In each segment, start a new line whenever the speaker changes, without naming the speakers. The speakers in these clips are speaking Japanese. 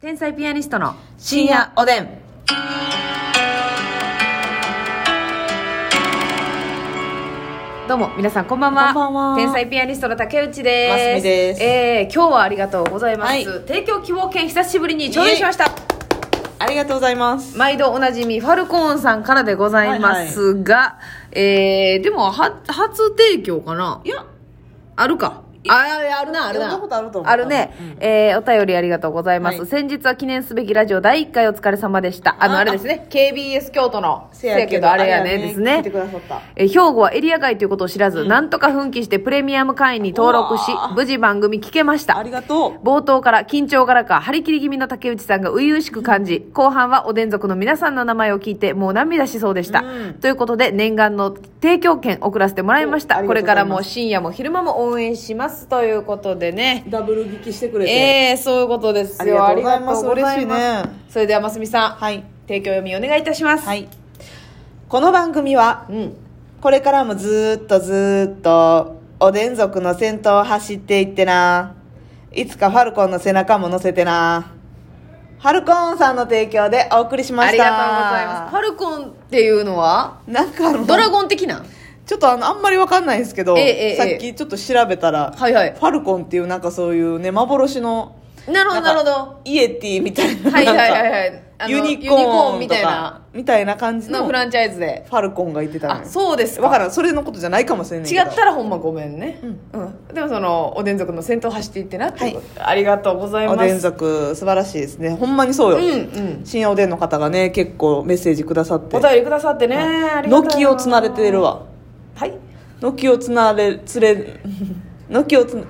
天才ピアニストの
深夜おでん。
どうも皆さんこんばんは
こんばんは
天才ピアニストの竹内です
ますみです
えー今日はありがとうございます、
はい
提供希望券久しぶりに頂戴しました
ありがとうございます。
毎度おなじみファルコーンさんからでございますが、えーでもは初提供かない
や、
あるかああるなあるな
読んだことあると思う
あるね、
うん
えーお便りありがとうございます、
はい
先日は記念すべきラジオ第1回お疲れ様でしたあのあ
あ
れですね KBS 京都の
せやけど
あれやねですね
聞いてくださった
えー兵庫はエリア外ということを知らず、なんとか奮起してプレミアム会員に登録し
うわー
無事番組聞けまし
あ
た
りがと
冒頭から緊張からか張り切り気味の竹内さんが初々しく感じ後半はおでん族の皆さんの名前を聞いてもう涙しそうでした、
うん
ということで念願の提供券送らせてもらいまし
おあ
た
り
これ
がとうござ
か
います
らも深夜も昼間も応援しますということでね
う。ダブル聞きしてくれて。
えー、そういうことですよ
ありがとうございます
ありがとうござ
嬉しいね
それではますみさん、
はい。
提供読みお願いいたします、
はい。この番組は、
うん
これからもずーっとずーっと、おでん族の先頭を走っていってな。いつかファルコンの背中も乗せてな。ファルコーンさんの提供でお送りしま
あ
し
りが
た。
とうございますファルコンっていうのは
なんかあの、
ドラゴン的な
ちょっとあの、あんまりわかんないんですけど、
ええええ
さっきちょっと調べたら、
はいはい
ファルコンっていうなんかそういうね、幻の、
なるほどなるほど
イエティみたいな。
はいはいはい
なんか
はいあの
ユニコーン
ユニコーンみ
み
た
た
い
い
な
な。みたいな感じ
の
の
フ
フ
ランチャイズで
ァルコンがいてたの
あ
よ。
そうです
わ
か
からん。それのことじゃないかもしれない。
違った。らほんまごめんね、うん
ん
でもそのおでん族の先頭走っていってなっていうことで、ありがとうございま
お
す
でん族、素晴らしいですね。ほんまにそう
う
よ。
んうん
深夜おでんの方がね、結構メッセージくださって
お。便りくださってね、ありがとうござい
軒
ます
をつなれてるわ。
はい
軒をつなれ、つれ、 軒をつな、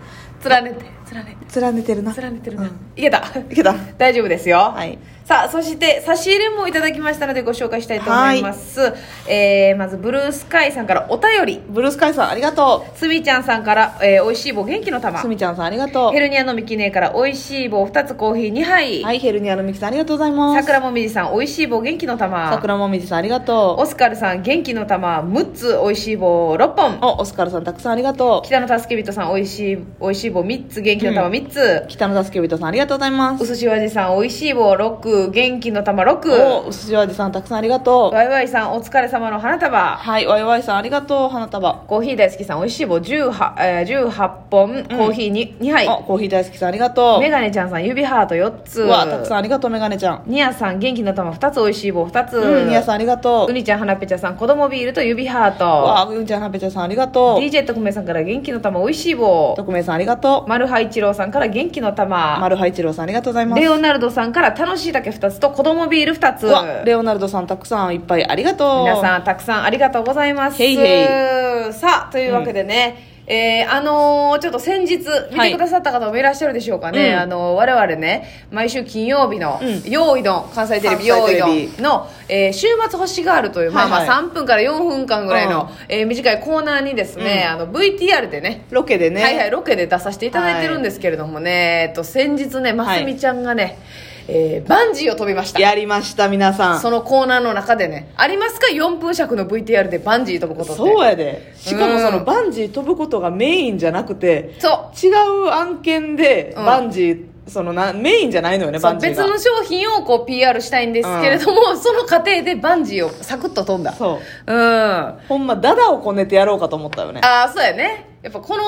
連ねて連ね
連ねてるな。
て連ねてる
う
な、
ん
いけた
いけた。
大丈夫ですよ、
はい
さあそして差し入れもいただきましたのでご紹介したいと思います、えーまずブルースカイさんからお便り
ブルースカイさん、ありがと
すみちゃんさんから、えー、おいしい棒元気の玉
う。すみちゃんさん、ありがと
ヘルニアのミキネからおいしい棒2つコーヒー2杯、
う。はい、ヘルニアのミキさん、ありがとうございます。
桜もみじさんおいしい棒元気の玉
桜もみじさん、ありがとう。
オスカルさん元気の玉6つおいしい棒6本
お、オスカルさん、たくさんありがとう。
北野助け人さんおいしいおいしい棒3つ元気の玉3つ、
北野助け人さん、ありがとうございま
う
す。
すしおじさんおいしい棒6元気の玉
お、
6
うすじおじさん、たくさんありがとう。
ワイワイさんお疲れ様の花束
はい、わいわいさん、ありがとう、花束。
コーヒー大好きさんおいしい棒 18,、えー、18本、コーヒー 2, 2杯
お、コーヒー大好きさん、ありがとう。
メガネちゃんさん指ハート4つ
うわ、たくさんありがとう、メガネちゃん。
ニアさん元気の玉2つおいしい棒2つ、
うん、皆さん、ありがと
う
う。
にちゃんはなぺちゃさん子供ビールと指ハー
う
ト
わ、うんちゃん、はぺちゃんさん、ありがとう。
DJ 特命さんから元気の玉おいしい棒
特命さん、ありがとう。
マルハ一郎さんから元気の玉
マルハ一郎さん、ありがとうございます
レ。オナルドさんから楽しいだけ2つと子供ビール2つ
うわ、レオナルドさん、たくさんいっぱいありがとう。
皆さんたくさんありがとうございます
へい
さあというわけでね、えーあのーちょっと先日見てくださった方もいらっしゃるでしょうかね、
うん
あのー我々ね毎週金曜日の「
う
用意の関西テレビ
関
用
西
意
テレ
の
ビ」
の、えー週末星ガール」という、ま
は
あ
い
ま
は
あ3分から4分間ぐらいの、
うん
えー短いコーナーにですね、あの VTR でね
ロケでね。
はいはい、ロケで出させていただいてるんですけれどもね、えっと、先日ね、ますみちゃんがね、えーバンジーを飛びました。
やりました、皆さん。
そのコーナーの中でね、ありますか ?4 分尺の VTR でバンジー飛ぶことって。
そうやで。しか
うん
もその、バンジー飛ぶことがメインじゃなくて、
そう
違う案件で、
うん
バンジー、そのな、メインじゃないのよね、
そ
バ
う
ンジー
別
が。
の商品をこう PR したいんですけれども、その過程でバンジーをサクッと飛んだ。
そう。
うん。あ
ほんま、ダダをこねてやろうかと思ったよね。
あ、そうやね。やっぱこの、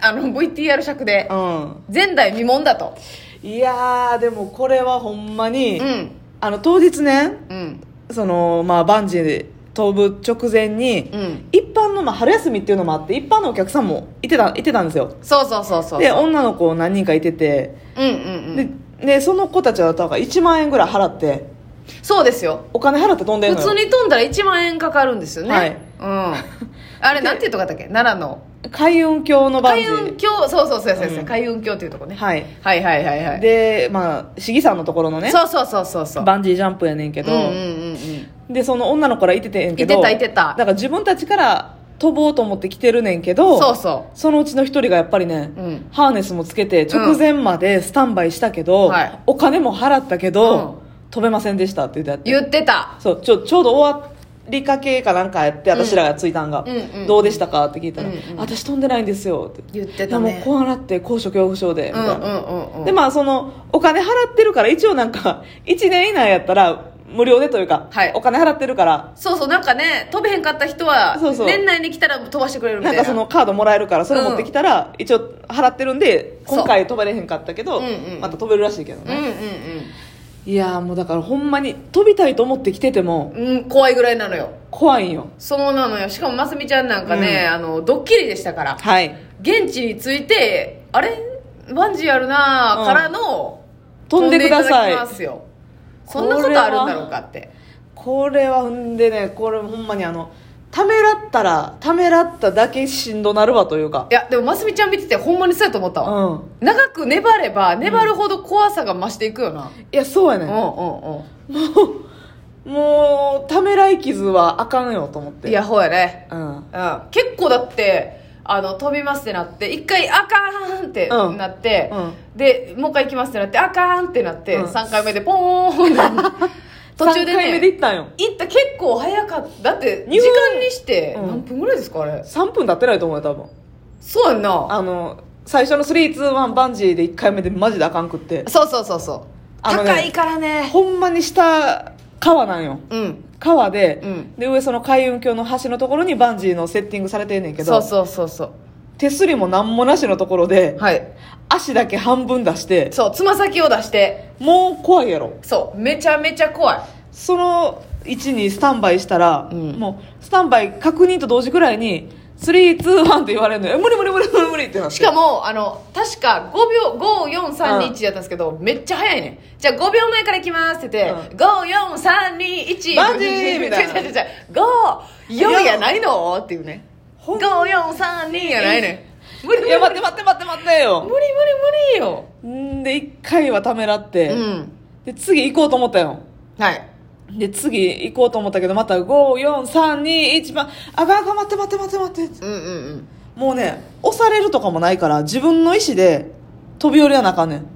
あの、VTR 尺で
う、ん。
前代未聞だと。
いやー、でもこれはほんまに、
うん。
あの、当日ね、
うん。
その、まあ、バンジーで飛ぶ直前に、
うん
一般の、まあ、春休みっていうのもあって、一般のお客さんもいてた、いてたんですよ。
そうそうそうそう。
で、女の子何人かいてて、
うんうんうん。
で、でその子たちは、だから1万円ぐらい払って、
そうですよ。
お金払って飛んでん
普
のよ
通に飛んだら1万円かかるんですよね、
はい
うんあれなんていうとこだったっけ奈良の
海運橋のバンジ
海
ー
運橋そうそうそうそうそう、
うん
海運橋っていうとこね、
はい
はいはいはいはい
でまあ市議さんのところのね
そうそうそうそうそう
バンジージャンプやねんけど、
うんうんうんうん
でその女の子らいててんけど
いてたいてた
だから自分たちから飛ぼうと思って来てるねんけど
そうそ
そのうちの一人がやっぱりね、
うん
ハーネスもつけて直前までスタンバイしたけど、
うんはい
お金も払ったけ
う
ど、飛べませんでしたって言ってあっ
う
て
言ってた
そうちょちょうど終わ理科系かなんかやって私らがついたんが、
うんうんうん
どうでしたかって聞いたら、
うんうん
私飛んでないんですよって
言って
いや
た
もう
ね
こうなって高所恐怖症でみ
う
たい
ん
な、
うんうんうん
でまあそのお金払ってるから一応なんか 1年以内やったら無料でというか、
はい
お金払ってるから
そうそうなんかね飛べへんかった人は
そうそう
年内に来たら飛ばしてくれるみた
ないん
な
かそのカードもらえるからそれ持ってきたら一応払ってるんで
そう
今回飛ばれへんかったけど、
うんうん
また飛べるらしいけど
うん
ね、いやーもうだからほんまに飛びたいと思って来てても
うんうん、うん、怖いぐらいなのよ
怖いんよ
そうなのよしかもますみちゃんなんかね、
うん
あのドッキリでしたから
はい
現地に着いてあれバンジーやるな
う
あ
ん
からの、
飛んでくださ
飛ん
い
でただきますよそんなことあるんだろうかって
これはほんでねこれほんまにあのためらったらためらっただけしんどなるわというか
いやでもますみちゃん見ててほんまにそうやと思った
う
わ、
ん
長く粘れば粘るほど怖さが増していくよな、
いやそうや
うん、う
ね
ん
ん
うん
もうためらい傷はあかんよと思って
いやほうやね
うん
うん結構だってあの飛びますってなって一回あかんって
うん
なって、
うん
でもう一回行きますってなってあかんってなって、
うん
3回目でポーン って途中で
3回目
ね
で行ったんよ
行った結構早かっただって
日
時
本
間にして
うん
何分ぐらいですかあれ
3分経ってないと思うよ多分
そうやんな
あの最初の321バンジーで1回目でマジであかんくって
そうそうそうそう
あのね
高いからね
ほんまに下川なんよ
うん
川で、
うん
で上その海運橋の橋のところにバンジーのセッティングされてんねんけど
そうそうそうそ
手すりも何もなしのところで
うはい
足だけ半分出して
そうつま先を出して
もう怖いやろ
そうめちゃめちゃ怖い
その位置にスタンバイしたら、
うん
もうスタンバイ確認と同時ぐらいに321って言われるのよえ無理無理無理無理無理ってなって
しかもあの確か5秒5431やったんですけど、めっちゃ早いねじゃあ5秒前から行きますって言って、54321
バンジーみたいな
違う違う違う54やないのっていうね
ほん
5432やないね無理無
い
理
や
無
待っ
理
て待って待って待って
無理
よ
無理無理よ
んで一回はためらって、
うん
で次行こうと思ったよ
はい
で次行こうと思ったけどまた54321番あかんあかん待って待って待って待って
うんうんうん
もうね押されるとかもないから自分の意思で飛び降りはなあかんねん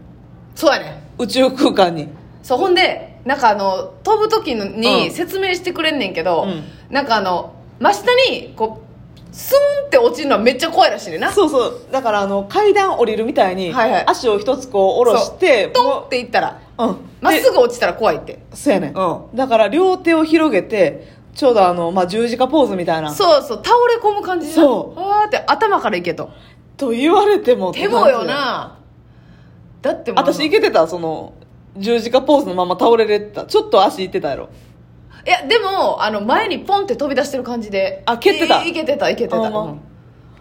そうやね
宇宙空間に
そうほんでなんかあの飛ぶ時の
う
に
ん
説明してくれんねんけど、
うん
なんかあの真下にこうスンって落ちるのはめっちゃ怖いらしいねんな
そうそうだからあの階段降りるみたいに、
はいはい
足を一つこう下ろして
トンっていったら
もううん
まっ
です
ぐ落ちたら怖いって
そうやねん、
う
だから両手を広げてちょうどあの、まあ、十字架ポーズみたいな
そうそう倒れ込む感じな
そう
あーって頭からいけと
と言われても
でもよなだってもう
私いけてたその十字架ポーズのまま倒れれてたちょっと足いってたやろ
いやでもあの前にポンって飛び出してる感じで
あ蹴ってた
いいけてたいけてた、
あほんま
うん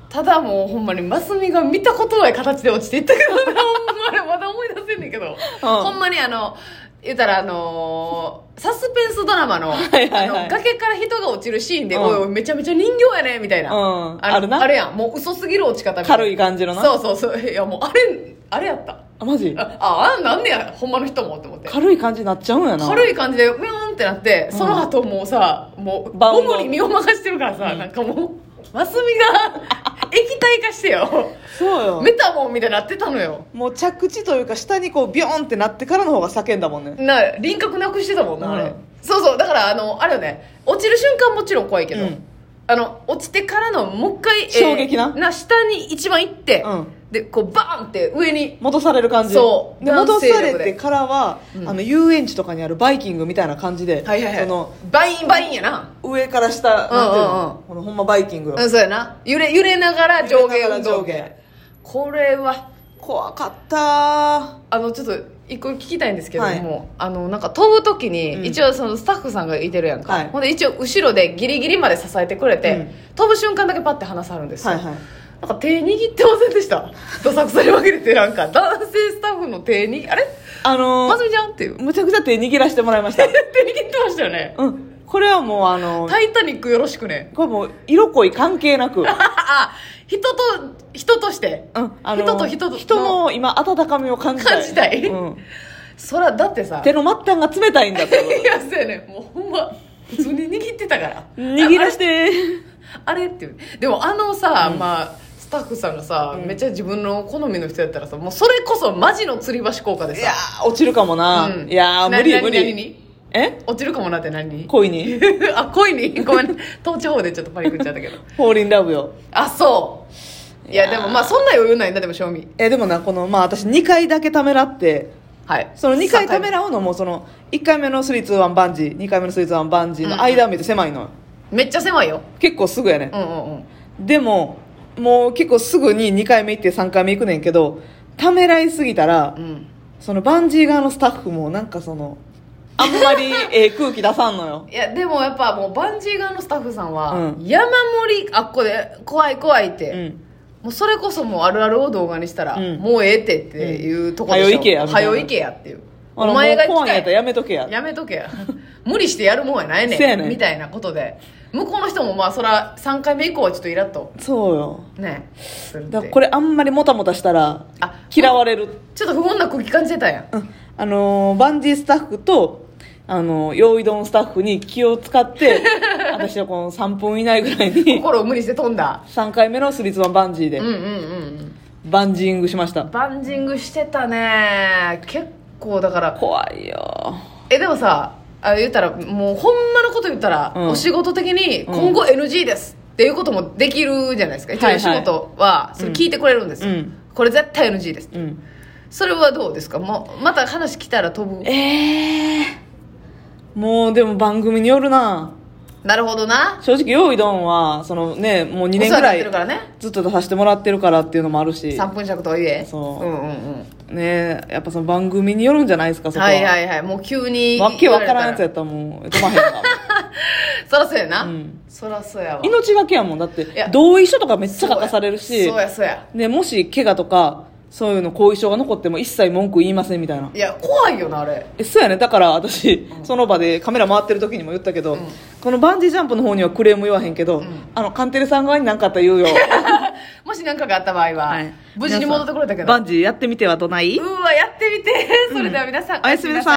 ただもうほんまにますみが見たことない形で落ちていったけど なほんまにまだ思い出せんねんけど、ほんまにあの言ったらあのーサスペンスドラマの,、
い はいはい
あの崖から人が落ちるシーンで、
うん
おいおいめちゃめちゃ人形やねみたいな、
うん
の
あるな
あれやんもう嘘すぎる落ち方みたいな
軽い感じのな
そうそうそういやもうあれあれやった
あマジ
あああなんねやほんまの人もって思って
軽い感じになっちゃうんやな
軽い感じでウィーンってなってその後もうさ、もう
バ
ゴ
ウンド
ムに身を任してるからさ、なんかもうマスミ が液体化してよ
そうよ
メタモンみたいになってたのよ
もう着地というか下にこうビョーンってなってからの方が叫んだもんね
な輪郭なくしてたもんな、あ
う
れ
ん
そうそうだからあのあれよね落ちる瞬間もちろん怖いけど、
うん
あの落ちてからのもう一回、
衝撃な
下に一番行って、
うん
でこうバーンって上に
戻される感じ
そう
で戻
男性
さ
力
れ
で
てからは、
うん
あの遊園地とかにあるバイキングみたいな感じで、その
バインバインやな
上から下、なんていうの
うんうんうん
このほんまバイキングよ、
うんそうやな揺れ揺れながら上下運動
上下
これは
怖かった
あのちょっと一個聞きたいんですけども、
はい
あのなんか飛ぶ時
うん
に一応そのスタッフさんがいてるやんか、
はい
ほんで一応後ろでギリギリまで支えてくれて、
うん
飛ぶ瞬間だけパッて離さはるんですよ、
はいはい
なんか手握ってませんで したどさくさに分けれてなんか男性スタッフの手にあれ
あの
ま
ー
ずみちゃんっていう 手
むちゃくちゃ手握らせてもらい ました、
握ってましたよね
うん、これはもうあ
「
のー
タイタニック」よろしくね
これもう色恋関係なく、うん、
あ人と人として、
あのー
人と人と
人の今温かみを感じたい
感じたい
うん、
そらだってさ
手の末端が冷たい んだってこ
いやそうやねもうほんま普通に握ってたから
と握らして
あれっていうでもあのさ、
うん
まあスタッフさんがさ、
うん
めっちゃ自分の好みの人やったらさもうそれこそマジの吊り橋効果で
いや
さ、
ー落ちるかもな、
うん
いやー
な
無理
な
無
何
理
に
え
落ちるかもなって何
恋に
あ恋にごめん東地方でちょっとパニックっちゃった けど
ホーリンラブよ
あそういや
いやー
でもまあそんな余裕ないんだでも賞味
えでもなこのまあ私2回だけためらって
はい
その2回ためらうのもその1回目の321バンジー2回目の321バンジーの間めっちゃ狭いのよ
めっちゃ狭いよ
結構すぐやね
うんうんうん
でももう結構すぐに2回目行って3回目行くねんけどためらいすぎたら
うん
そのバンジー側のスタッフもなんかそのあんまりええ空気出さんのよ
いやでもやっぱもうバンジー側のスタッフさんは
うん
山盛りあっこで怖い怖いって、
うん
もうそれこそもうあるあるを動画にしたら、
うん
もうええってっていうとこでしょ
うんはよ行けやみた
はい
な
よ行けやっていう
あ
お
の
前が行
もう怖
き
いん
た
やったら
い
やめとけや
やめとけや 無理してやるもんやないね
せや
ん
ねん
みたいなことで向こうの人もまあそら3回目以降はちょっとイラッと
そうよ
ねするって
だからこれあんまりもたもたしたら
あ
嫌われる、
ちょっと不穏な空気感じてたやん
うんあのーバンジースタッフとあのー用意丼スタッフに気を使って 私はこの3分以内ぐらいに
心を無理して飛んだ
3回目のスリツワンバンジーで
うんうんうん
バンジーングしました
バンジングしてたね結構だから
怖いよ
えでもさあ言ったらもうほんまのこと言ったら、
うん
お仕事的に
うん
今後 NG ですっていうこともできるじゃないですか、一応
はいはい
お仕事はそれ聞いてくれるんですよ、
うん
これ絶対 NG です
うん
それはどうですかもうまた話来たら飛ぶ
ええもうでも番組によるな
なるほどな
正直用意どんはそのねもう2年ぐら
お世話になって
い
るからね
ずっと出させてもらってるからっていうのもあるし
3分尺とはいえ
そう
うんうん
ねやっぱその番組によるんじゃないですか
う
そ
ん
こ
は
は、
いはいはいもう急に
わけわからんやつや
つ
ったらもう止まへんわ
そらそうやな、
うん
そらそうやわ
命がけやもんだっ
や
て同意書とかめっちゃ書かされるし
そうやそうや
ね、もし怪我とかそういうの後遺症が残っても一切文句言いませんみたいない
や怖いよなあれ
えそうやねだから私、その場でカメラ回ってる時にも言ったけど、
ん
このバンジージャンプの方にはクレーム言わへんけど、
ん
あのカンテレさん側に何かあったら言うよ、
もし何かがあった場合は、無事に戻ってこれたけど
バンジーやってみてはどないう
わやってみてそれでは皆さん、
おやすみなさい